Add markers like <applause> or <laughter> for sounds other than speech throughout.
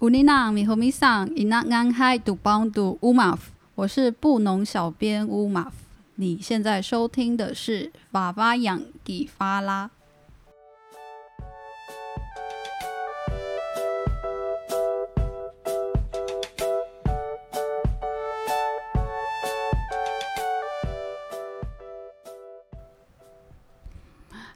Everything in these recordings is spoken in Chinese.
乌尼娜米和米桑伊娜安嗨杜邦杜乌马夫，我是布农小编乌马夫。你现在收听的是法巴养吉发拉。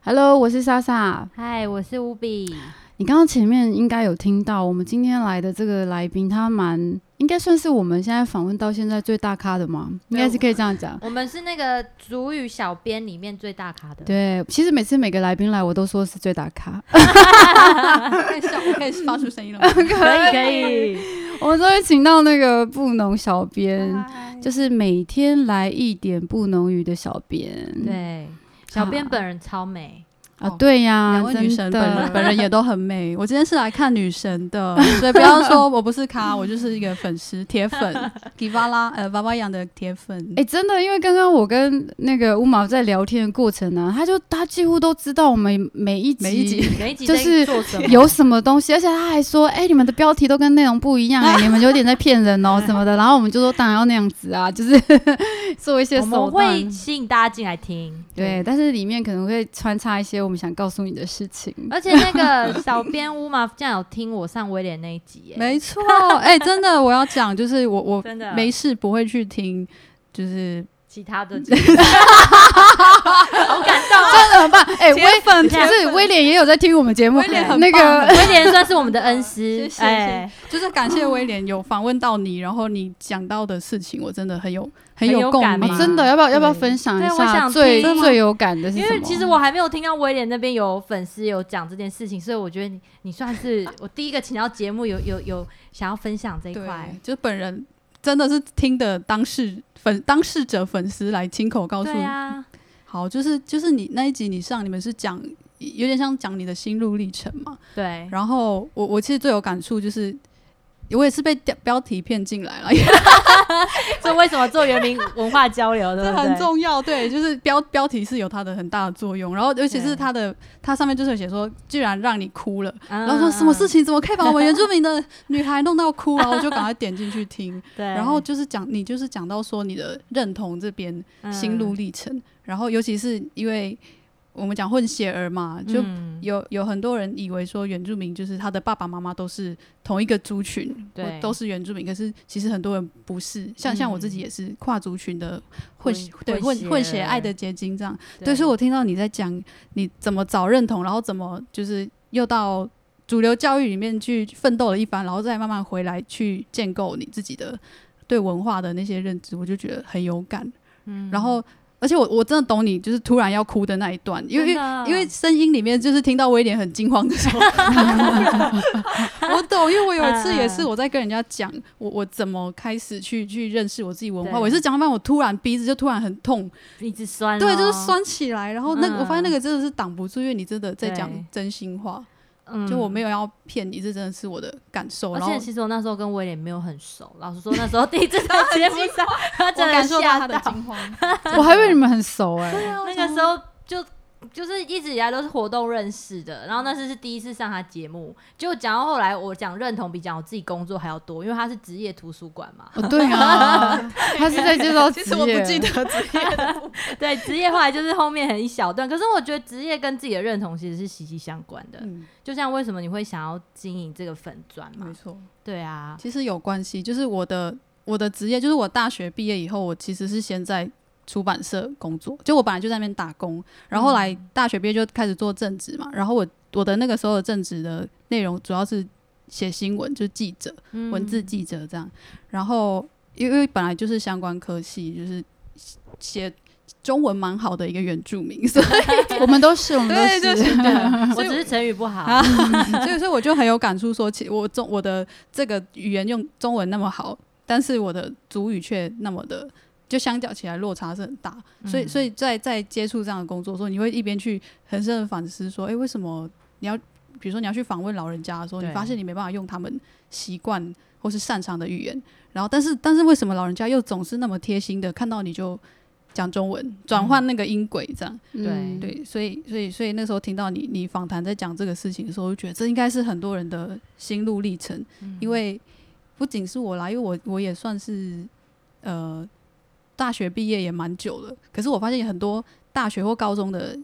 Hello，我是莎莎。嗨，我是乌比。你刚刚前面应该有听到，我们今天来的这个来宾，他蛮应该算是我们现在访问到现在最大咖的嘛，应该是可以这样讲。我们是那个主语小编里面最大咖的。 <laughs> 对，其实每次每个来宾来，我都说是最大 <laughs> 咖。可以笑，我可以发出声音了 <laughs> 吗。可以可以。我们都会请到那个布农小啊编，嗯就是每天来一点布农语的小编。对，小编本人超美。啊哦，对呀，两位女神真本人的本人也都很美。我今天是来看女神的， <laughs> 所以不要说我不是咖，我就是一个粉丝铁 <laughs> 粉，吉巴拉呃巴巴养的铁粉哎、。真的，因为刚刚我跟那个乌毛在聊天的过程呢、他就他几乎都知道我们每一集每一集每一集就在是做什么？有什么东西，而且他还说：“哎、你们的标题都跟内容不一 <laughs> 样、哎，你们有点在骗人哦、什么的。”然后我们就说：“当然要那样子啊，就是 <laughs> 做一些我手们段会。吸引大家进来听。”嗯对，，但是里面可能会穿插一些我们想告诉你的事 <laughs> 情。而且那个小编乌马竟然有听我上威廉那一集耶，没错， <laughs> 哎、真的，我要讲，就是我我真的没事不会去听，就是其他 <laughs> 的集，好感动哦。那怎么办？哎、威粉不是威廉也有在听我们节目，威廉很棒啊 <laughs> 那个威廉算是我们的恩师谢，谢哎，就是感谢威廉有访问到你，然后你讲到的事情，我真的很有很很有有共感鸣、嘛哦真的要不要要不要对分享一对我下想最听最有感的是因什么？为其实我还没有听到威廉那边有粉丝有讲这件事情，所以我觉得你你 <laughs> 算是我第一个请到节目有有有想要分享这一对块，，就本人真的是听的当事粉当事者粉丝来亲口告诉对你。啊，好，就是就是你那一集你上，你们是讲有点像讲你的心路历程嘛。对，然后我我其实最有感触就是，我也是被标标题骗进来了，这为什么做原民文化交 <laughs> 流，对这不对？很重要，对，就是标标题是有它的很大的作用，然后尤其是对它的它上面就是有写说，居然让你哭了，嗯，然然后说什么事？情怎么可以把我们原住民的女孩弄到哭，然啊后我就赶快点进去听， <laughs> 嗯对，然后就是讲你就是讲到说你的认同这边嗯心路历程，然后尤其是因为我们讲混血儿嘛，就嗯有有很多人以为说原住民就是他的爸爸妈妈都是同一个族群，对我都是原住民。可是其实很多人不是，像、嗯像我自己也是跨族群的混混血，对混混血混血爱的结晶这样。对，所以我听到你在讲你怎么找认同，然后怎么就是又到主流教育里面去奋斗了一番，然后再慢慢回来去建构你自己的对文化的那些认知，我就觉得很有感。嗯然后，而且我我真的懂你，就是突然要哭的那一段，因为因为真的因为声音里面就是听到威廉很惊慌的时 <laughs> 候， <laughs> 我懂，因为我有一次也嗯是我在跟人家讲我我怎么开始去去认识我自己文化，对我也是讲到一半，我突然鼻子就突然很痛，一直酸哦，对，就是酸起来，然后那个我发现那嗯个真的是挡不住，因为你真的在讲对真心话，嗯，就我没有要骗你，这真的是我的感受，而然后且其实我那时候跟威廉没有很熟，老实说那时候第 <laughs> 一次在节目上，他我真的感受到啊吓他的惊慌， <laughs> 我还以为你们很熟哎、那个时候就就是一直以来都是活动认识的，然后那次是第一次上他节目，就讲到后来我讲认同比讲我自己工作还要多，因为他是职业图书 <laughs> 馆嘛， <laughs> 哦，对啊，他是在介绍职其业。实我不记得职业的部分，对，职业后来就是后面很一小段，可是我觉得职业跟自己的认同其实是息息相关的，嗯就像为什么你会想要经营这个粉砖没嘛，错。对啊，其实有关系，就是我的我的职业，就是我大学毕业以后，我其实是先在出版社工作，就我本来就在那边打工，然后嗯后来大学毕业就开始做正职嘛，然后我我的那个时候的正职的内容主要是写新闻，就是记者，文嗯字记者这样，然后因为本来就是相关科系，就是写。中文蛮好的一个原住民，所以我们都是，我们都。对就是对， <laughs> 我 <laughs> 所以只是成语不好，啊，所以所以我就很有感触，说其我中我的这个语言用中文那么好，但是我的主语却那么的，就相较起来落差是很大。所以嗯所以在在接触这样的工作的时候，你会一边去很深的反思说，诶，为什么你要，比如说你要去访问老人家的时候，你对发现你没办法用他们习惯或是擅长的语言，然后但是但是为什么老人家又总是那么贴心的看到你就讲中文，嗯转换那个音轨这样。嗯对，所以所以所以那时候听到你你访谈在讲这个事情的时候，我就觉得这应该是很多人的心路历程，因为不仅是我啦，因为我我也算是呃大学毕业也蛮久了，可是我发现很多大学或高中的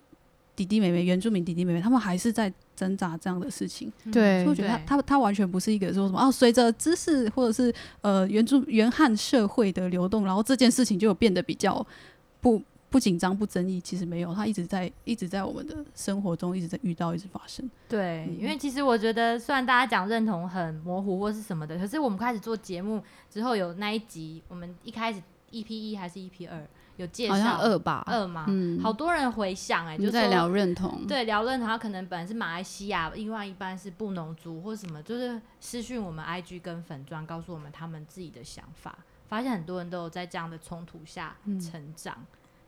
弟弟妹妹，原住民弟弟妹妹，他们还是在挣扎这样的事情。嗯所以我对觉得他他对他完全不是一个说什么哦，随着知识或者是呃原住原汉社会的流动，然后这件事情就有变得比较不不紧张不争议。其实没有，他一直在一直在我们的生活中一直在遇到，一直发生。对，嗯因为其实我觉得，虽然大家讲认同很模糊或是什么的，可是我们开始做节目之后，有那一集，我们一开始 EP 一还是 EP 二有介绍好像二吧，二嘛，嗯好多人回想哎、我就们在说聊认同，对聊认同，他可能本来是马来西亚，另外一半是布农族或什么，就是私讯我们 IG 跟粉砖，告诉我们他们自己的想法。发现很多人都有在这样的冲突下嗯成长，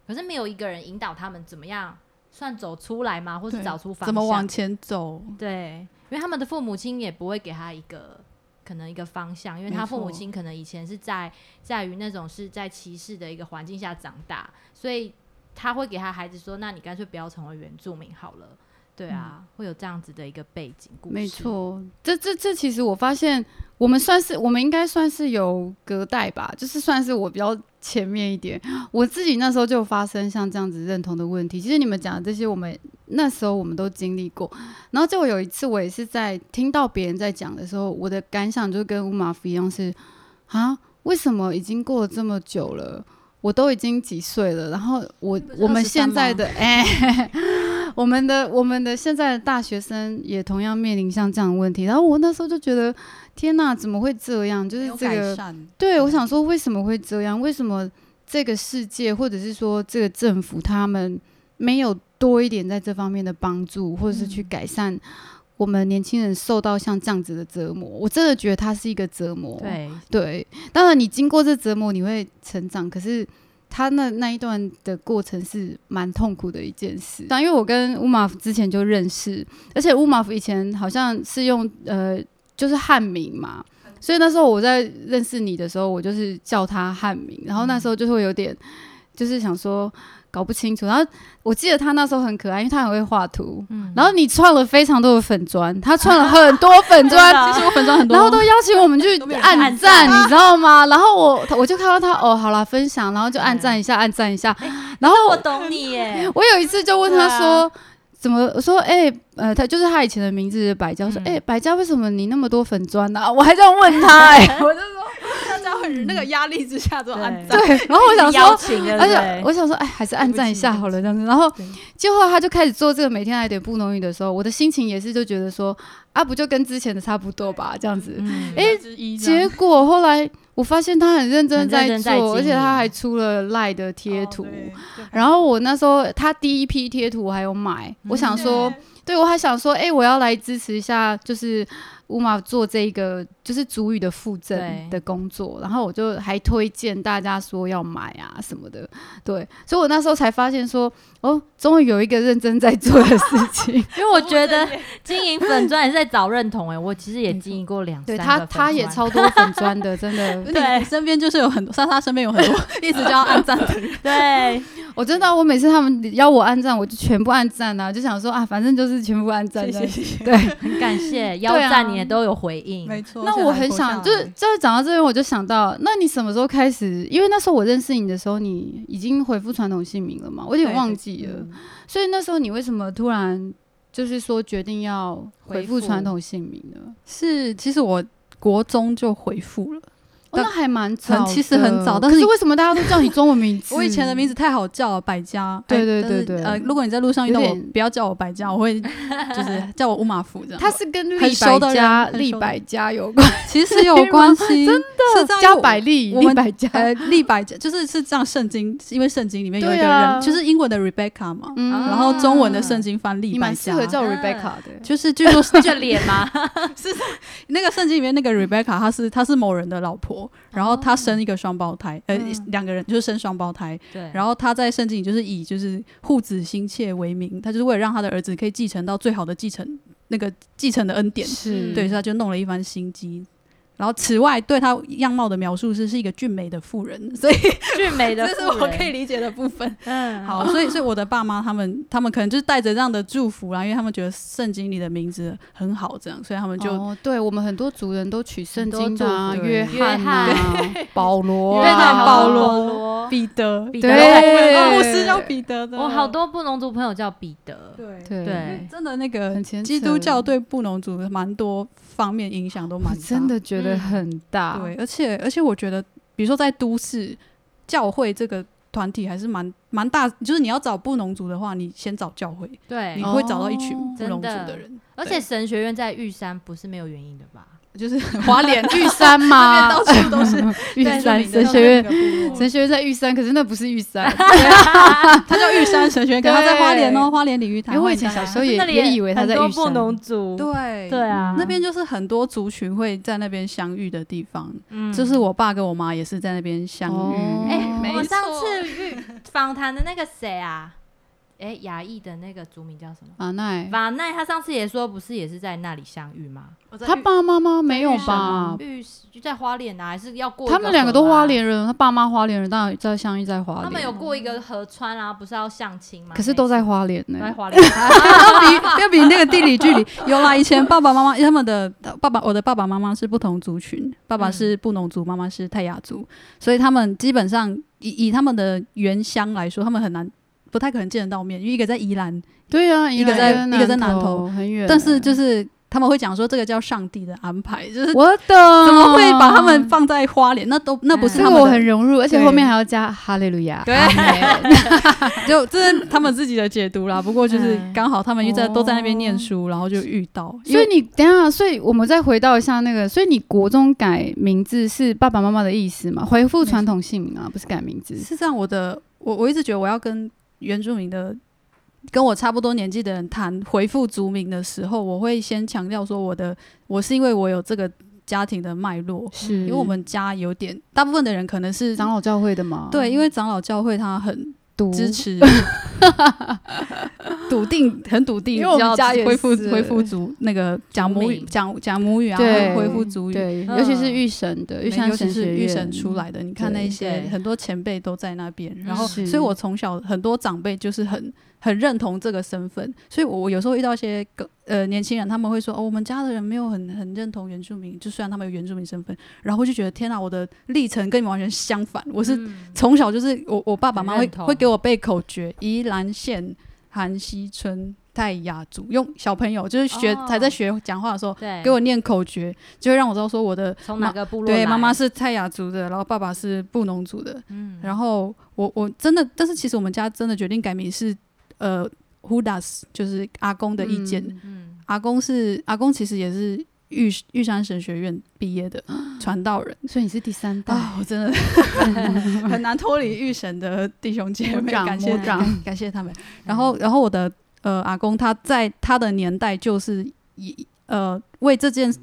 可是没有一个人引导他们怎么样算走出来吗？或是对找出方向？怎么往前走？对，因为他们的父母亲也不会给他一个可能一个方向，因为他没父母错亲可能以前是在在于那种是在歧视的一个环境下长大，所以他会给他孩子说：“那你干脆不要成为原住民好了。”对啊，会有这样子的一个背景故嗯事。没，错，这这这其实我发现我们算是我们应该算是有隔代吧，就是算是我比较前面一点。我自己那时候就有发生像这样子认同的问题。其实你们讲的这些，我们那时候我们都经历过。然后就有一次，我也是在听到别人在讲的时候，我的感想就跟乌马夫一样是啊，为什么已经过了这么久了？我都已经几岁了，然后我是我们23现在吗的 <laughs> 哎、我们的我们的现在的大学生也同样面临像这样的问题，然后我那时候就觉得，天呐，怎么会这样？就没是有这改个，善，对我想说，为什么会这样？为什么这个世界或者是说这个政府他们没有多一点在这方面的帮助，或者是去改善我们年轻人受到像这样子的折磨？我真的觉得它是一个折磨。对，对，当然你经过这折磨，你会成长，可是他那那一段的过程是蛮痛苦的一件事。但因为我跟乌马夫之前就认识，而且乌马夫以前好像是用呃就是汉名嘛，所以那时候我在认识你的时候，我就是叫他汉名，然后那时候就会有点就是想说搞不清楚。然后我记得他那时候很可爱，因为他很会画图。嗯然后你创了非常多的粉砖，他创了很多粉砖，真的其实我粉妆很多，然后都邀请我们去没有人按按赞，赞啊你知道吗？然后我我就看到他哦，好啦，分享，然后就按赞一下，按赞一下。然后嗯哎我我懂你耶，我有一次就问对他啊说。怎么我说？哎、呃，他就是他以前的名字百家。我说，嗯哎、百家，为什么你那么多粉砖呢、啊？ <laughs> 我还这样问他、 <laughs> 哎，我就说大家很那个压力之下都按赞，对。然后我想邀 <laughs> 说，请的，而且我想说，哎，还是按赞一下好了，这样子。然后对结果他就开始做这个每天来点布农语的时候，我的心情也是就觉得说，啊，不就跟之前的差不多吧，这样子。嗯哎之一这样结果后来我发现他很认真很在认做，真在经营而且他还出了赖的贴图。哦对就然后我那时候他第一批贴图我还有买，嗯我想说，对我还想说，哎、我要来支持一下，就是乌马做这个就是主语的附赠对的工作，然后我就还推荐大家说要买啊什么的，对，所以我那时候才发现说，哦，终于有一个认真在做的事 <laughs> 情，因为我觉得经营粉砖也是在找认同哎，我其实也经营过两嗯对三个他粉他也砖超多粉砖的，真 <laughs> <laughs> 的，对，对你身边就是有很多莎莎身边有很多一直就要按赞的人， <laughs> 对，我知道，我每次他们邀我按赞，我就全部按赞啊，就想说啊，反正就是全部按赞。 <laughs> 谢谢谢谢，对，很 <laughs> 感谢腰赞你也都有回应，啊没错。那我很想，就是就是讲到这边，我就想到，那你什么时候开始？因为那时候我认识你的时候，你已经回复传统姓名了嘛，我有有点忘记了。嗯所以那时候你为什么突然就是说决定要回复回复传统姓名呢？是，其实我国中就回复了。哦、那但还蛮早的，其实很早但可是是为什么大家都叫你中文名字？我以前的名字字太好叫了，百家。嗯对哎对但是对对呃，如果你在路上遇到有我点，不要叫我百家，我 <laughs> 会就是叫我乌马福这样。它是跟很立百熟的人家、很熟的立百家有关，其实有关 <laughs> 系，真的是这样加百。利、我立们百家。呃，立百家就是是这样，圣经因为圣经里面有一个对人，啊就是英文的 Rebecca 嘛，嗯然后中文的圣经翻立你百蛮适家，合叫嗯 Rebecca 的。就是据说 <laughs> 是就 <laughs> 脸吗？那个圣经里面那个 Rebecca，她是她是某人的老婆，然后她生一个双胞胎，呃哦嗯，两个人就是生双胞胎，对，然后他在圣经里就是以就是护子心切为名，他就是为了让他的儿子可以继承到最好的继承那个继承的恩典，是嗯对，所以他就弄了一番心机。然后此外对她样貌的描述是是一个俊美的妇 <laughs> 人，所以俊美的这妇人，是我可以理解的部分。嗯，好，所以所以我的爸妈他们他们可能就是带着这样的祝福啦，因为他们觉得圣经里的名字很好，这样，所以他们就、哦，对我们很多族人都取圣经的、啊，很多族约人约啊、 <laughs> 保罗、啊，对的保罗罗彼得，彼得对，牧师叫彼得的，我好多布农族朋友叫彼得，对对对真的那个很虔诚基督教对布农族蛮多方面影响都我蛮大哦真的啊觉得嗯很大，对，而且而且我觉得，比如说在都市教会这个团体还是蛮蛮大，就是你要找布农族的话，你先找教会，对你，会找到一群哦布农族真的的人，而且神学院在玉山不是没有原因的吧？就是花莲 <laughs> 玉山那边嘛，到处都是玉对山著神名的学院，那个部落神学院在玉山，可是那不是玉 <laughs> 山，它叫玉山神学院，可对它在花莲哦，花莲鲤鱼因潭。为我以花莲前大小安时候也 <laughs> 那里也以为他在很玉多布山，农族，对对啊，那边就是很多族群会在那边相遇的地方，嗯就是我爸跟我妈也是在那边相遇。哦哎、没我上错次遇访谈的那个谁啊？哎、亚裔的那个族名叫什么？啊那瓦奈，他上次也说不是也是在那里相遇吗？他爸妈吗？没有玉山吗吧？玉就在花莲啊，还是要过一他们两个河都花啊，莲人，他爸妈花莲人，当然在相遇在花莲，他们有过一个河川啊，不是要相亲吗？可是都那一在花莲次都在呢。花 <laughs> 莲，要比 <laughs> 要比那个地理距离。有啦，以前爸爸妈妈他们的爸爸，我的爸爸妈妈是不同族群，爸爸是布农族，妈妈是泰雅族，所以他们基本上以以他们的原乡来说，他们很难。不太可能见得到面，因为一个在宜兰，对啊，一个在宜兰一个在南南投，很远。但是就是他们会讲说这个叫上帝的安排，就是我懂，怎么会把他们放在花莲？那都那不是 <laughs> 哎这他个们我的很融入，而且对后面还要加哈利路亚。啊对 <laughs> 阿门就这是他们自己的解读啦。不过就是嗯刚好他们又在、哦都在那边念书，然后就遇到。因所为以你等一下，所以我们再回到一下那个，所以你国中改名字是爸爸妈妈的意思嘛？回复传统姓名啊，不是改名字。是这样，我的我我一直觉得我要跟原住民的跟我差不多年纪的人谈回复族名的时候，我会先强调说我的我是因为我有这个家庭的脉络，是因为我们家有点大部分的人可能是长老教会的嘛，对，因为长老教会他很读支持，哦 <laughs> 笃定很笃定，因为我们要家也恢复是恢复族那个讲母语族名讲讲母语啊，对恢复族语。对，嗯尤其是玉神的玉没山尤其神是学预院审出来的，你看对嗯那些对很多前辈都在那边，然后，是所以我从小很多长辈就是很很认同这个身份，所以我我有时候遇到一些个呃年轻人，他们会说哦，我们家的人没有很很认同原住民，就虽然他们有原住民身份，然后我就觉得天哪，我的历程跟你们完全相反，我是嗯从小就是我我爸爸妈妈很会认同会给我背口诀：宜兰县韩溪村泰雅族。用小朋友就是学、哦还在学讲话的时候，对， <laughs> 给我念口诀，就会让我知道说我的从哪个部落对来妈妈是泰雅族的，然后爸爸是布农族的。嗯然后我我真的，但是其实我们家真的决定改名是呃 Hudas，就是阿公的意见。嗯嗯阿公是阿公，其实也是玉玉山神学院毕业的传道人。所以你是第三代，啊，我真的很难脱离御神的弟兄姐魔妹，掌感谢魔长，感谢他们。嗯然后，然后我的呃阿公，他在他的年代就是以呃为这件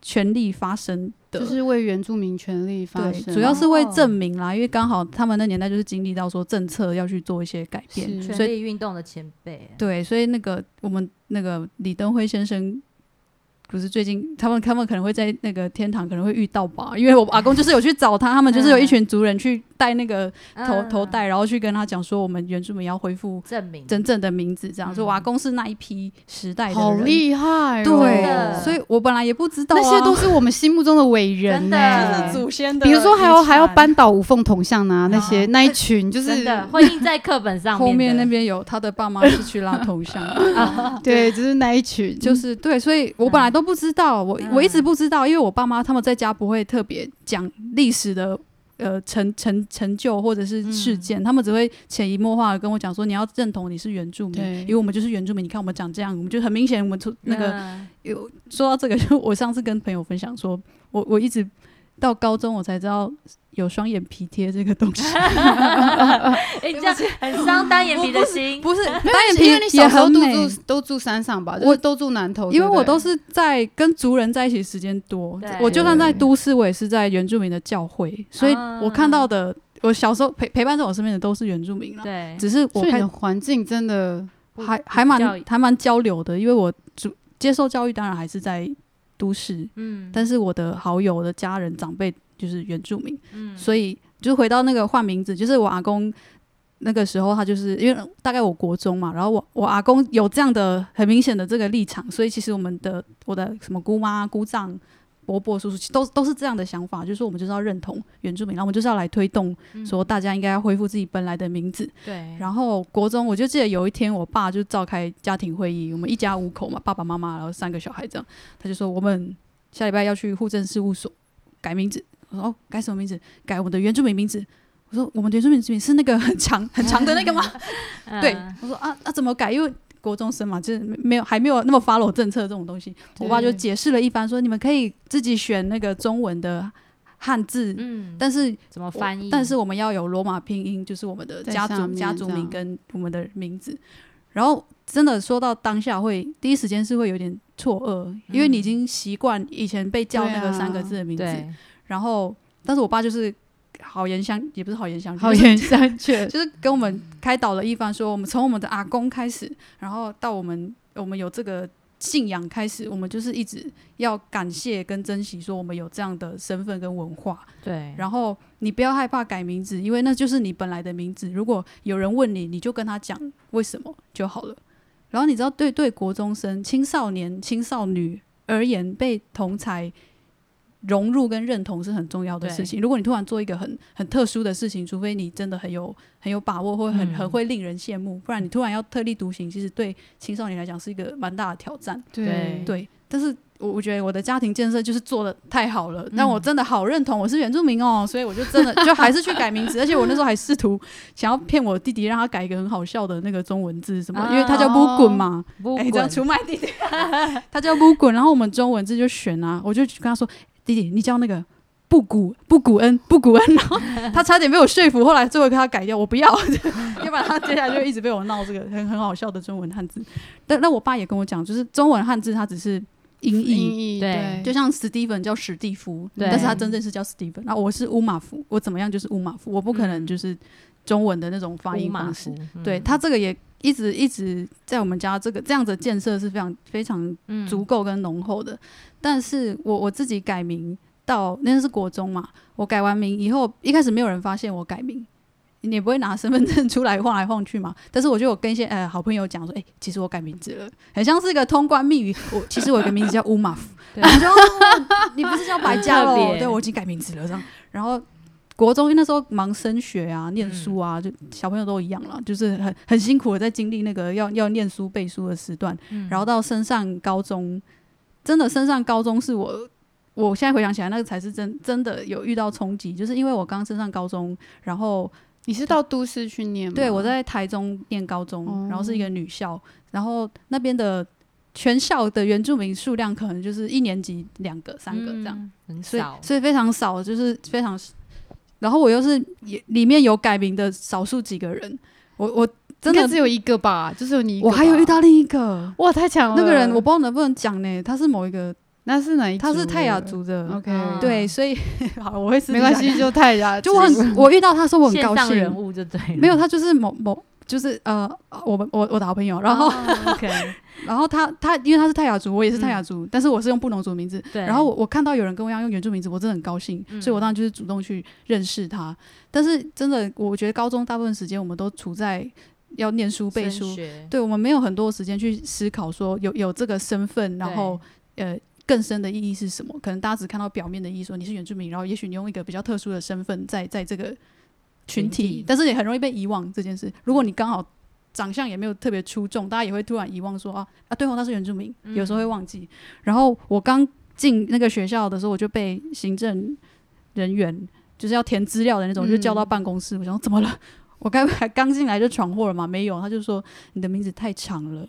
权利发声的，就是为原住民权利发对，声，主要是为哦证明啦，因为刚好他们那年代就是经历到说政策要去做一些改变，是权所以力运动的前辈，对，所以那个我们那个李登辉先生，不是最近他们他们可能会在那个天堂可能会遇到吧，因为我阿公就是有去找他，他们就是有嗯一群族人去带那个头嗯头带，然后去跟他讲说我们原住民要恢复证明真正的名字，这样，所以我阿公是那一批时代的好人厉嗯害哦，真对的，所以我本来也不知道啊、那些都是我们心目中的伟人真呢、的祖先的比遗传，如说还有还要扳倒无缝铜像啊，那些那一群就是真的会印在课本上后面面那的边有他的爸妈是去拉铜像 <laughs> 的。对，就是那一群，就是是对，所以我本嗯来都不知道，我我一直不知道，因为我爸妈他们在家不会特别讲历史的。呃，成成成就或者是嗯事件，他们只会潜移默化的跟我讲说，你要认同你是原住民对，因为我们就是原住民。你看我们长这样，我们就很明显，我们出那个、 <laughs> 嗯有说到这个，就我上次跟朋友分享说，我我一直到高中我才知道有双眼皮贴这个 <laughs> 东西，哎，这样很伤单眼皮的心，不是单眼因为你皮也小时候很都美，住都住山上吧，我我都住南头，因为哦对不对我都是在跟族人在一起时间多对，我就算在都市，我也是在原住民的教会，所以啊我看到的，我小时候陪陪伴在我身边的都是原住民啦。对，只是我所以你的看环境真的不还还比较蛮还蛮交流的，因为我主接受教育当然还是在都市，嗯，但是我的好友、我的家人、长辈就是原住民，嗯所以就是回到那个换名字，就是我阿公那个时候，他就是因为大概我国中嘛，然后我我阿公有这样的很明显的这个立场，所以其实我们的我的什么姑妈、姑丈、伯伯、叔叔，其实都都是这样的想法，就是说我们就是要认同原住民，然后我们就是要来推动嗯说大家应该要恢复自己本来的名字。对，然后国中我就记得有一天，我爸就召开家庭会议，我们一家五口嘛，爸爸妈妈，然后三个小孩这样，他就说我们下礼拜要去户政事务所改名字。我说哦，改什么名字？改我们的原住民名字。我说我们的原住民名字是那个很长很长的那 <laughs> 个吗？对嗯，我说啊啊怎么改？因为国中生嘛，就是没没有还没有那么 follow 政策这种东西。我爸就对解释了一番，说你们可以自己选那个中文的汉字，嗯，但是怎么我翻译？但是我们要有罗马拼音，就是我们的嗯在家上族面家族这名样跟我们的名字。然后真的说到当下会，第一时间是会有点错愕，因为你已经习惯以前被叫对那个三个啊字的名字。对，然后，但是我爸就是好言相，也不是好言相拒，好就是 <laughs> 言相劝，就是跟我们开导了一番，说我们从我们的阿公开始，然后到我们我们有这个信仰开始，我们就是一直要感谢跟珍惜，说我们有这样的身份跟文化。对，然后你不要害怕改名字，因为那就是你本来的名字。如果有人问你，你就跟他讲为什么就好了。然后你知道，对对，国中生、青少年、青少女而言，被同才融入跟认同是很重要的对事情。如果你突然做一个很很特殊的事情，除非你真的很有很有把握，或很嗯很会令人羡慕，不然你突然要特立独行，其实对青少年来讲是一个蛮大的挑战。对对，但是我我觉得我的家庭建设就是做的太好了，但我嗯真的好认同我是原住民哦，所以我就真的就还是去改名字，而且我那时候还试图想要骗我弟弟，让他改一个很好笑的那个中文字什么，因为他叫啊 Bugun 嘛，不哎、这样滚，出卖弟弟， <laughs> 他叫 Bugun，然后我们中文字就选啊，我就跟他说，弟弟你叫那个。布谷布谷恩布谷恩，然后 <laughs> 他差点被我说服，后来最后被他改掉，我不要， <laughs> 要不然他接下来就一直被我闹这个很很好笑的中文汉字。但那我爸也跟我讲，就是中文汉字它只是音译，音译对对，就像史蒂芬叫史蒂夫，对但是他真正是叫史蒂芬。那我是乌马夫，我怎么样就是乌马夫，我不可能就是中文的那种发乌音马方式夫。，嗯对他这个也一直一直在我们家这个这样子的建设是非常非常嗯足够跟浓厚的。但是我我自己改名到那是国中嘛，我改完名以后，一开始没有人发现我改名。你也不会拿身份证 <laughs> 出来晃来晃去嘛？但是我就有跟一些呃好朋友讲说，哎、其实我改名字了，很像是一个通关密语。我其实我有个名字叫乌马夫，对然后就、 <laughs> 哦你不是叫白嘉很特喽？别对我已经改名字了这样。然后国中因为那时候忙升学啊、念书啊，就小朋友都一样了，就是很很辛苦的在经历那个要要念书背书的时段。嗯然后到升上高中，真的升上高中是我，我现在回想起来，那个才是真真的有遇到冲击，就是因为我刚升上高中，然后嗯你是到都市去念吗？对我在台中念高中，哦然后是一个女校，然后那边的全校的原住民数量可能就是一年级两个、三个这样，，嗯很所以少，所以非常少，就是非常。然后我又是也里面有改名的少数几个人，我我真应该的只有一个吧，就是有你一个我吧，还有遇到另一个。哇，太强了！那个人我不知道能不能讲呢，他是某一个那是哪一族他的？是泰雅族的， ，OK，嗯对，所以 <laughs> 好，我会私底没下关系，就泰雅族， <laughs> 就我很我遇到他说我很线高上人兴，物就对了， <laughs> 没有，他就是某某就是呃，我们我我的好朋友，然后、哦 <laughs> OK，然后他他因为他是泰雅族，我也是嗯泰雅族，但是我是用布农族名字，对，然后我我看到有人跟我一样用原住名字，我真的很高兴，嗯所以我当然就是主动去认识他，但是真的我觉得高中大部分时间我们都处在要念书背升书，学对我们没有很多时间去思考说有有这个身份，然后呃更深的意义是什么？可能大家只看到表面的意义，说你是原住民，然后也许你用一个比较特殊的身份在在这个群群体，体但是也很容易被遗忘这件事。如果你刚好长相也没有特别出众，大家也会突然遗忘说啊啊，对哦，他是原住民，嗯有时候会忘记。然后我刚进那个学校的时候，我就被行政人员就是要填资料的那种，嗯就叫到办公室。我想说怎么了？ <laughs> 我该不该刚进来就闯祸了吗？没有，他就说你的名字太长了，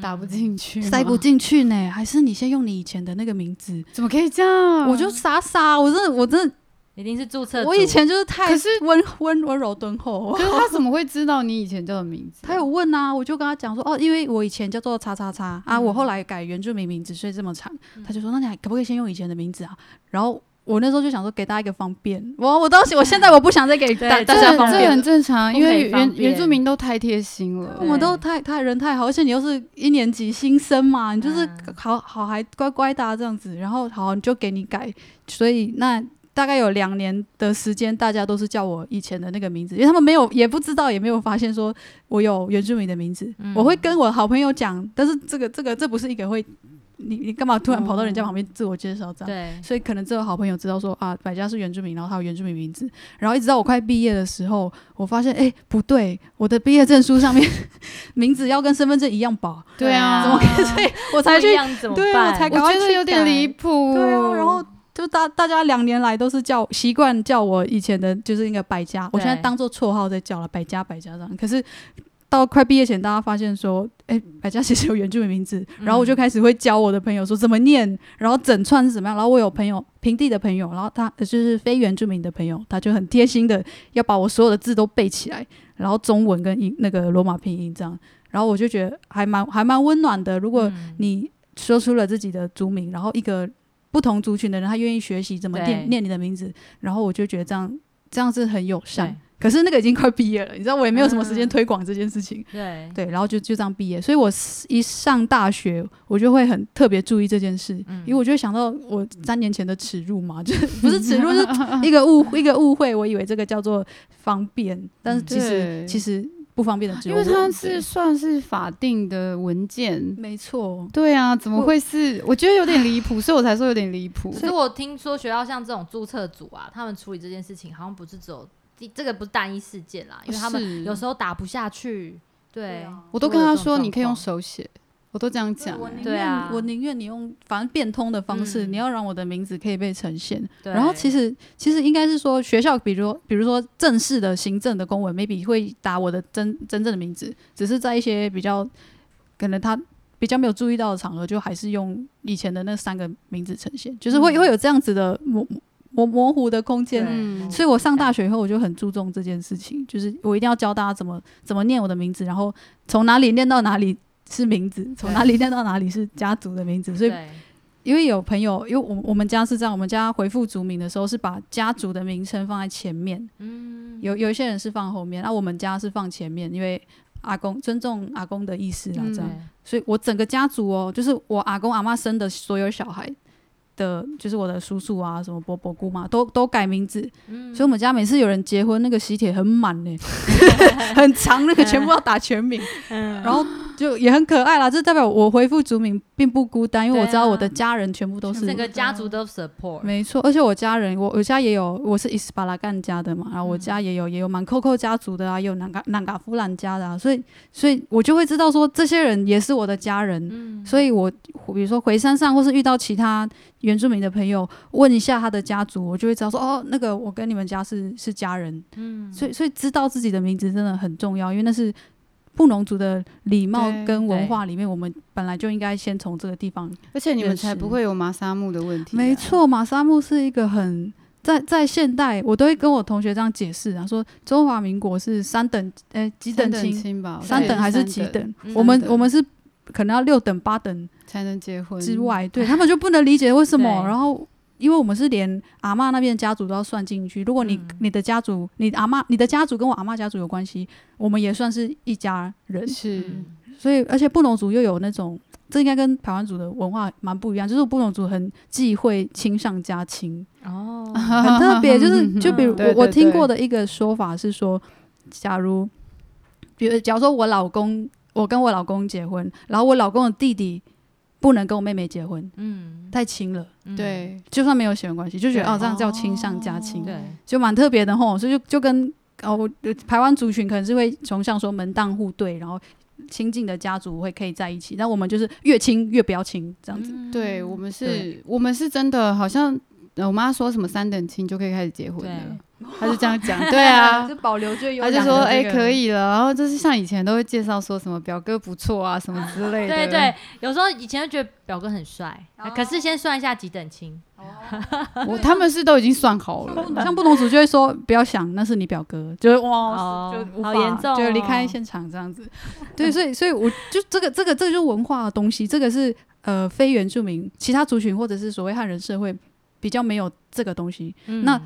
打不，进去，塞不，进去呢，还是你先用你以前的那个名字。怎么可以这样？我就傻傻，我真的，我真的，嗯一定是注册组，我以前就是太可是温温温柔敦厚可。是他怎么会知道你以前叫的名字？他有问啊，我就跟他讲说，哦，因为我以前叫做叉叉叉啊，我后来改原住民名字，所以这么长。他就说，那你还可不可以先用以前的名字啊？然后我那时候就想说，给大家一个方便。我我当时，我现在我不想再给大对大这家很方这便很了，正常，因为不可以方原便原住民都太贴心了我。们都太太人太好，而且你又是一年级新生嘛，你就是嗯好好孩乖乖的、啊、这样子，然后好你就给你改，所以那。大概有两年的时间，大家都是叫我以前的那个名字，因为他们没有也不知道，也没有发现说我有原住民的名字。嗯我会跟我好朋友讲，但是这个这个这不是一个会，你你干嘛突然跑到人家哦旁边自我介绍这样？对，所以可能只有好朋友知道说啊，百家是原住民，然后他有原住民名字。然后一直到我快毕业的时候，我发现哎、诶不对，我的毕业证书上面 <laughs> 名字要跟身份证一样薄，对啊，怎么可以？所以我才不一去，样怎么对办？我才我赶快觉得去有点改离谱。对啊，然后。就大大家两年来都是叫习惯叫我以前的就是那个百家，我现在对当做绰号在叫了，百家百家这样。可是到快毕业前，大家发现说，哎、百家其实有原住民名字，然后我就开始会教我的朋友说怎么念，然后整串是怎么样。然后我有朋友平地的朋友，然后他呃就是非原住民的朋友，他就很贴心的要把我所有的字都背起来，然后中文跟英那个罗马拼音这样。然后我就觉得还蛮还蛮温暖的，如果嗯你说出了自己的族名，然后一个不同族群的人，他愿意学习怎么对念念你的名字，然后我就觉得这样这样是很友善对。可是那个已经快毕业了，你知道我也没有什么时间嗯推广这件事情，对对，然后就就这样毕业。所以我一上大学，我就会很特别注意这件事，嗯因为我就会想到我三年前的耻辱嘛，就是不是耻辱，就是一个误 <laughs> 一个误会，我以为这个叫做方便，但是嗯其实对其实不方便的只有因为我它对是算是法定的文件。没错，对啊，怎么我会是？我觉得有点离 <laughs> 谱，所以我才说有点离谱可。是我听说学校像这种注册组啊，他们处理这件事情好像不是只有第这个不是单一事件啦，因为他们是有时候打不下去，对，啊我都跟他说，有这种你可以用状手写，我都这样讲、我宁欸对啊愿我宁愿你用反正变通的方式，嗯你要让我的名字可以被呈现。况，对然后其实其实应该是说学校，比如比如说正式的行政的公文，maybe 会打我的真真正的名字，只是在一些比较可能他。比较没有注意到的场合，就还是用以前的那三个名字呈现，就是会、嗯会有这样子的模模模糊的空间对嗯所以我上大学以后，我就很注重这件事情，就是我一定要教大家怎么怎么念我的名字，然后从哪里念到哪里是名字，从哪里念到哪里是家族的名字。所以，对因为有朋友，因为我我们家是这样，我们家回复族名的时候是把家族的名称放在前面，嗯有有一些人是放后面，那、我们家是放前面，因为阿公尊重阿公的意思啦，嗯这样。对所以我整个家族哦，就是我阿公阿妈生的所有小孩的，就是我的叔叔啊，什么伯伯姑妈，都都改名字。嗯所以我们家每次有人结婚，那个喜帖很满呢、很长，那个全部要打全名，嗯然后就也很可爱啦。这代表我回复族名并不孤单，因为我知道我的家人全部都是整个家族都 support，没错，而且我家人，我我家也有，我是伊斯巴拉干家的嘛，然后我家也有、也有满扣扣家族的啊，也有南嘎南嘎夫兰家的啊，所以所以我就会知道说这些人也是我的家人，嗯嗯所以我比如说回山上或是遇到其他原住民的朋友，问一下他的家族，我就会知道说哦，那个我跟你们家是是家人，嗯，所以所以知道自己的名字真的很重要，因为那是。布农族的礼貌对跟文对化里面，我们本来就应该先从这个地方而且你们认识才不会有麻沙木的问题、啊没，错，马萨木是一个很在在现代，我都会跟我同学这样解释啊，说中华民国是三等，呃、几三等等亲，亲吧，三对等还是几三等？嗯我们三等我们是可能要六等八等才能结婚之？外， <laughs> 对他们就不能理解为什么。对然后，因为我们是连阿嬷那边的家族都要算进去，如果你、嗯你的家族，你阿嬷你的家族跟我阿嬷家族有关系，我们也算是一家人。是、嗯所以，而且布农族又有那种，这应该跟台湾族的文化蛮不一样，就是布农族很忌讳亲上加亲。 <laughs> 哦， <laughs> 很特别，就是就比如嗯我我对对听对过的一个说法是说，假如，比如假如说我老公，我跟我老公结婚，然后我老公的弟弟不能跟我妹妹结婚，嗯，太亲了，嗯，对就算没有血缘关系，就觉得对哦这样叫亲上加亲，对就蛮特别的吼，所以就就跟哦我台湾族群可能是会崇尚说门当户对，然后亲近的家族会可以在一起，但我们就是越亲越不要亲这样子，对，我们是对，我们是真的好像。呃我妈说什么三等亲就可以开始结婚了，她就这样讲。对啊 <laughs> 就，保留最优她良就的这个，说哎、可以了，然后就是像以前都会介绍说什么表哥不错啊什么之类的。对对，有时候以前就觉得表哥很帅，哦可是先算一下几等亲，我他们是都已经算好了，像不同组就会说不要想，那是你表哥，就是哇，哦就无法好严重哦就离开现场这样子。对，所以所以我就这个这个这个就是文化的东西，这个是呃非原住民其他族群或者是所谓汉人社会比较没有这个东西。嗯那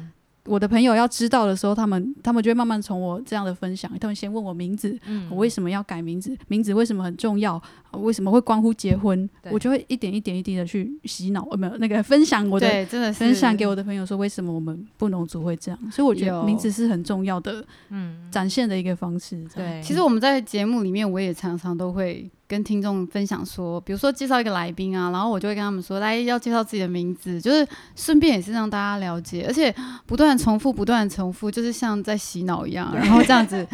我的朋友要知道的时候，他们他们就会慢慢从我这样的分享，他们先问我名字，嗯我为什么要改名字？名字为什么很重要？啊为什么会关乎结婚？对我就会一点一点一滴的去洗脑，呃，没有那个分享我的对，真的是分享给我的朋友说，为什么我们布农族会这样？所以我觉得有名字是很重要的嗯展现的一个方式。这样对，其实我们在节目里面，我也常常都会跟听众分享说，比如说介绍一个来宾啊，然后我就会跟他们说，来要介绍自己的名字，就是顺便也是让大家了解，而且不断重复，不断重复，就是像在洗脑一样，然后这样子。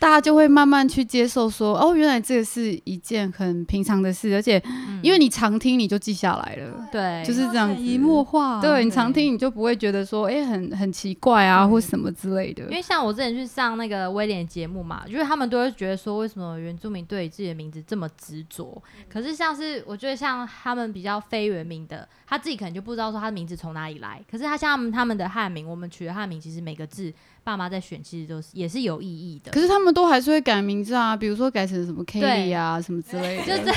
大家就会慢慢去接受说，哦，原来这个是一件很平常的事，而且因为你常听，你就记下来了，嗯对，就是这样潜子。移默化，对你对嗯常听，你就不会觉得说，哎、很很奇怪啊，或什么之类的因。为像我之前去上那个威廉节目嘛，就是他们都会觉得说，为什么原住民对自己的名字这么执着？可是像是我觉得像他们比较非原名的，他自己可能就不知道说他的名字从哪里来。可是他像他们他们的汉名，我们取的汉名，其实每个字爸妈在选，其实都是也是有意义的。可是他们都还是会改名字啊，比如说改成什么 k 对 a t i e 啊什么之类的。就这，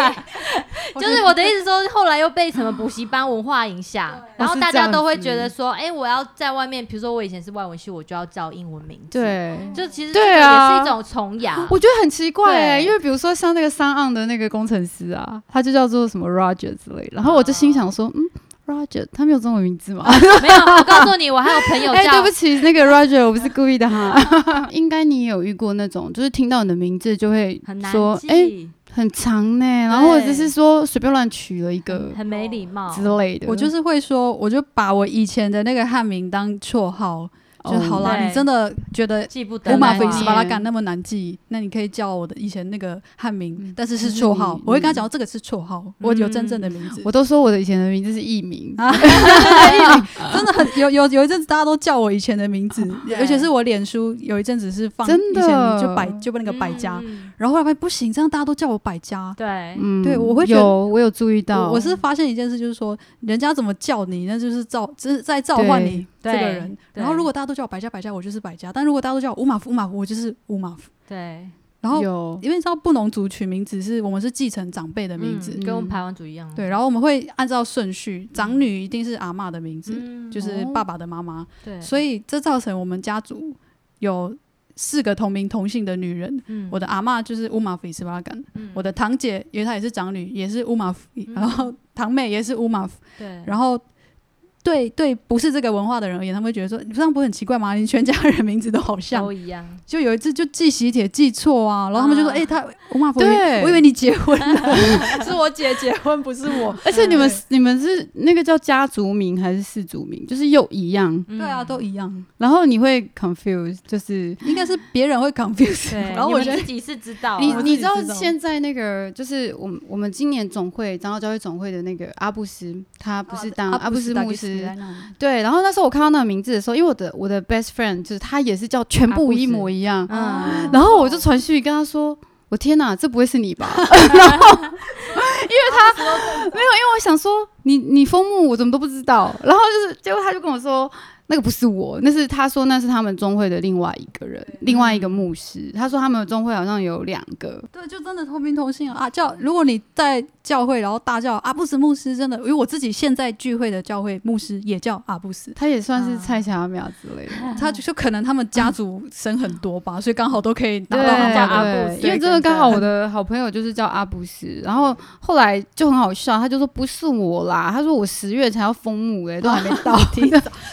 哎 <laughs> 就是我的意思说，后来又被什么补习班文化影响，然后大家都会觉得说，哦哎、我要在外面，比如说我以前是外文系，我就要叫英文名字，，啊对，就其实这对个也啊是一种崇洋，我觉得很奇怪哎、对因为比如说像那个三岸的那个工程师啊，他就叫做什么 Roger 之类的，然后哦我就心想说，嗯，Roger 他没有中文名字吗？啊没有，我告诉你，我还有朋哦友 <laughs> 哎、<laughs> 对叫不起，那个 Roger 我不是故意的哈。 <laughs> 应该你也有遇过那种，就是听到你的名字就会很难说，记，哎、很长呢、然后或者是说随便乱取了一个很没礼哦貌，之类的，我就是会说，我就把我以前的那个汉名当绰号，就好了。啦。对你真的觉得记不五哦得很马难非记斯巴拉干那么难记，那你可以叫我的以前那个汉名嗯，但是但是是绰号你。我会跟他讲，这个是绰号，我有真正的名字。我都说我的以前的名字是艺名， <laughs> 啊， <laughs> 真的很有有有一阵子大家都叫我以前的名 <laughs> 字，而且是我脸书有一阵子是放哎真以的前就百就那个嗯百家，嗯然后后来发现不行，这样大家都叫我百家。对，嗯，对我会觉得有，我有注意到，我我是发现一件事，就是说人家怎么叫你，那 <laughs> 就是召，只是在召唤你这对个人。对然后如果大家都叫我百家百家，我就是百家；但如果大家都叫我五马夫五马夫，我就是五马夫。对，然后有因为你知道布农族取名字是我们是继承长辈的名字，嗯跟我们台湾族一样，对，然后我们会按照顺序，长女一定是阿嬷的名字，嗯，就是爸爸的妈妈，对，所以这造成我们家族有四个同名同姓的女人。嗯我的阿嬷就是乌马菲斯巴干，嗯我的堂姐因为她也是长女，也是乌马菲，嗯然后堂妹也是乌马菲，对，然后。对对，不是这个文化的人而言，他们会觉得说，你这样不是很奇怪吗？你全家人名字都好像都，一样，就有一次就寄喜帖寄错啊，然后他们就说：“啊哎、他我马我以对为我以为你结 <laughs> 婚了，是我姐结婚，不是我。而且你们你们是那个叫家族名还是氏族名？就是又一样，嗯对啊，都一样，然后你会 confuse，就是应该是别人会 confuse。对， <laughs> 然后我你觉们得自己是知道啊，你我自你己知道知道现在那个就是我们我们今年总会长老教会总会的那个阿布斯，他不哦是啊当阿布斯牧师，对。然后那时候我看到那个名字的时候，因为我的我的 best friend 就是他也是叫全阿布部斯一模一样，嗯，然后我就传讯息跟他说。我天哪，这不会是你吧？ <laughs> 然后，因为他没有，因为我想说你你封墓我怎么都不知道，然后就是结果他就跟我说那个不是我，那是他说那是他们中会的另外一个人，另外一个牧师，他说他们中会好像有两个，对，就真的同名同姓啊！啊叫如果你在教会，然后大叫阿布斯牧师，真的，因为我自己现在聚会的教会牧师也叫啊阿布斯，他也算是蔡小苗之 <laughs> 类的，他就就可能他们家族生很多吧，所以刚好都可以拿对到他们家阿布对斯，因为真的刚好我的好朋友就是叫阿布斯，然后后来就很好笑，他就说不是我啦，他说我十月才要封墓哎、欸，都还没 <laughs> 到，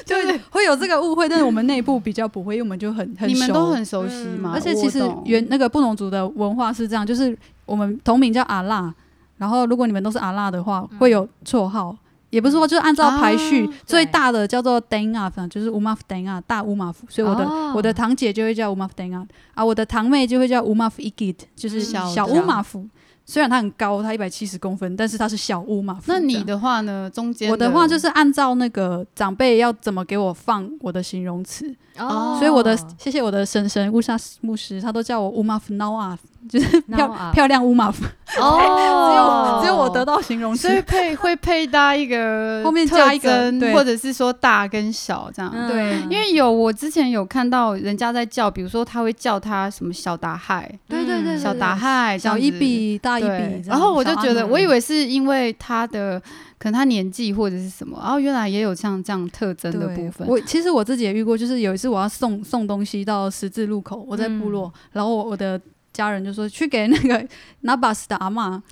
就是会有这个误会，但是我们内部比较不会，因为我们就很很你们熟都很熟悉嘛，嗯而且其实原那个布农族的文化是这样，就是我们同名叫阿拉，然后如果你们都是阿拉的话，会有绰号，也不是说就是按照排序，啊最大的叫做 Dang Up，就是乌马夫 Dang Up 大乌马夫，所以我的、哦我的堂姐就会叫乌马夫 Dang Up 啊，我的堂妹就会叫乌马夫 Igit，就是小的小乌马夫。虽然她很高，她一百七十公分，但是她是小乌马夫。那这你样的话呢？中间我的话就是按照那个长辈要怎么给我放我的形容词，哦所以我的谢谢我的婶婶乌沙牧师，他都叫我乌马夫 now 啊，就是，now 漂 up 漂亮乌马夫，哦， <laughs> 只有我得到形容所以词。配会配搭一个 <laughs> 后面特加一个征对或者是说大跟小这样。嗯，对因为有我之前有看到人家在叫，比如说他会叫他什么小达亥、嗯对对对对小达亥、小一笔。笔大一对笔，然后我就觉得，我以为为是因为他的可能他年纪或者是什么，然后原来也有像这样特征的部分。我其实我自己也遇过，就是有一次我要送送东西到十字路口，我在部落，然后我我的家人就说去给那个 <laughs> Nabas 的阿妈，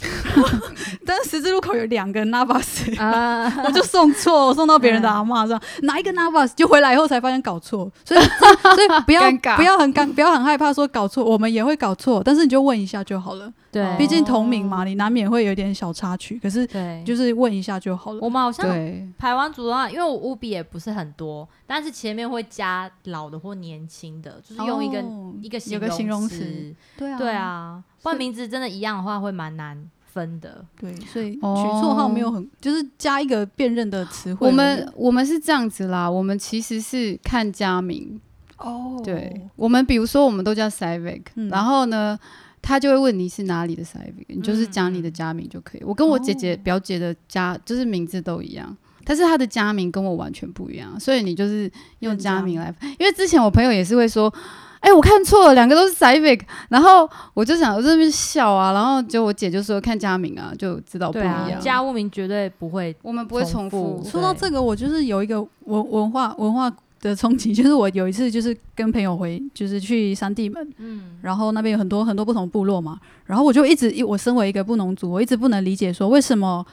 但是十字路口有两个 Nabas，、啊，我就送错，我送到别人的阿妈上，拿一个 Nabas 就回来以后才发现搞错，所以所以不要尴尬不要很尴不要很害怕说搞错，我们也会搞错，但是你就问一下就好了，对，毕竟同名嘛，你难免会有点小插曲，可是对，就是问一下就好了。我们好像对，排完组的话，因为我五笔也不是很多，但是前面会加老的或年轻的，就是用一个哦一个有个形容词词，对啊对啊，不然名字真的一样的话会蛮难分的。对，所以取哦绰号没有很，就是加一个辨认的词汇而已。我们我们是这样子啦，我们其实是看家名。哦，对，我们比如说我们都叫 Savic，、嗯然后呢，他就会问你是哪里的 Savic，你就是讲你的家名就可以。我跟我姐姐、嗯哦表姐的家就是名字都一样。但是她的家名跟我完全不一样，所以你就是用用家家名来，因为之前我朋友也是会说，哎、我看错了，两个都是 Civic，然后我就想我这边笑啊，然后结果我姐就说看家名啊，就知哦道不一对样。啊，加物名绝对不会。我们不会重重复复，说到这个，我就是有一个文文化文化的冲击， <laughs> 就是我有一次就是跟朋友回，就是去山地门，嗯，然后那边有很多很多不同部落嘛，然后我就一直我身为一个布农族，我一直不能理解说为什么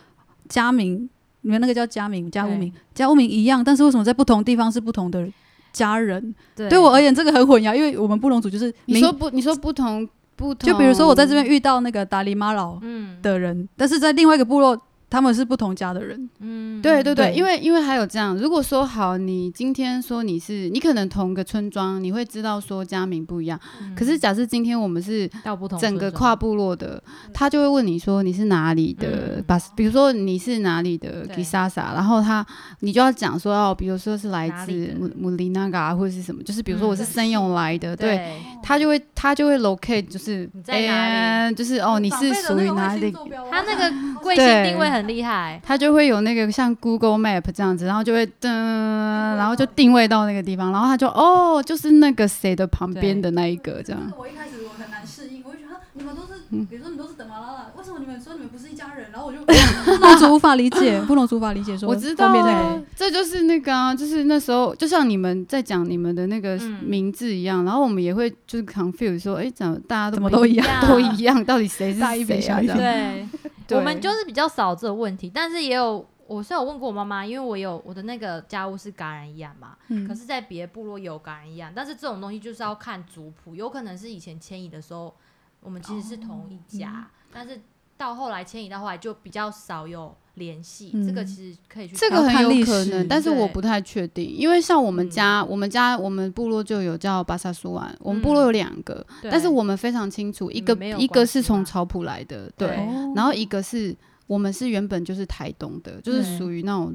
家名，你们那个叫家名、家屋名、家屋名一样，但是为什么在不同地方是不同的家人？对对我而言，这个很混淆，因为我们布农族就是你名说不，你说不同不同，就比如说我在这哦边遇到那个达里马老嗯的人，但是在另外一个部落，他们是不同家的人。嗯对对对，对因为因为还有这样，如果说好，你今天说你是你可能同个村庄，你会知道说家名不一样。嗯可是假设今天我们是到不同整个村庄跨部落的，他就会问你说你是哪里的，嗯把比如说你是哪里的对 Gisasa，然后他你就要讲说哦，比如说是来哪自里的姆姆里那嘎或者是什么，就是比如说嗯我是对森永来的，对。对他就会他就会 locate 就是你在哪哎就是哦你是属于哪里，啊他那 <laughs> 个贵对姓定位很厉害，它就会有那个像 Google Map 这样子，然后就会噔，嗯然后就定位到那个地方，然后他就哦，就是那个谁的旁边的那一个这样。 <laughs> 我一开始我很难适应，我就觉得啊你们都是，比如说你们都是德玛拉拉，为什么你们说你们不是一家人？然后我 <laughs> 就布农族无法理解，布农族无法理解说我知道后面那啊个，这就是那个啊，就是那时候就像你们在讲你们的那个嗯名字一样，然后我们也会就是 confuse 说，哎，怎么大家都怎么不都一样。 <laughs> 都一样，到底谁是大一谁笔小啊？一这笔样对， <laughs> 对我们就是比较少这个问题，但是也有，我是有问过我妈妈，因为我有我的那个家务是感染一样嘛，嗯可是，在别的部落有感染一样，但是这种东西就是要看族谱，有可能是以前迁移的时候，我们其实是同一家，哦但是到后来迁移到后来就比较少有联系，嗯这个其实可以去这看个要看很有历可史能，但是我对不太确定，因为像我们嗯家，我们家我们部落就有叫巴萨苏安，我们部嗯落有两个，对但是我们非常清楚，一嗯个没有一个关系是从啦草埔来的，对，对哦然后一个是我们是原本就是台东的，就是对属于那种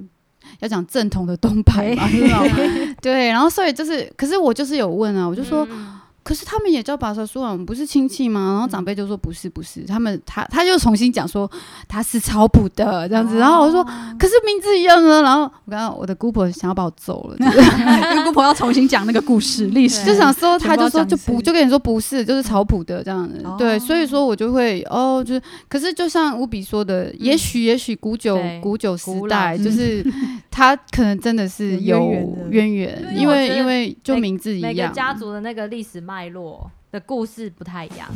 要讲正统的东 <laughs> 派嘛，是那种 <laughs> 对，然后所以就是，可是我就是有问啊，我就说，嗯可是他们也叫巴萨苏啊，我们不是亲戚吗？然后长辈就说不是不是，他们他他就重新讲说他是草埔的这样子，然 <laughs> 后哦我说可是名字一样啊，然后我刚刚我的姑婆想要把我揍了，就是因为姑婆要重重新讲那个故事历史，就对想说，全他部就要说讲就一不次就跟你说不是，嗯就是草谱的这样的，对，哦所以说我就会哦，就是，可是就像乌比说的，也嗯许也许古九对古九时古老代，之就是 <laughs> 他可能真的是有有渊源的渊源，对因因为我为觉得因为就每名字一每个样，家族的那个历史脉络的故事不太一样。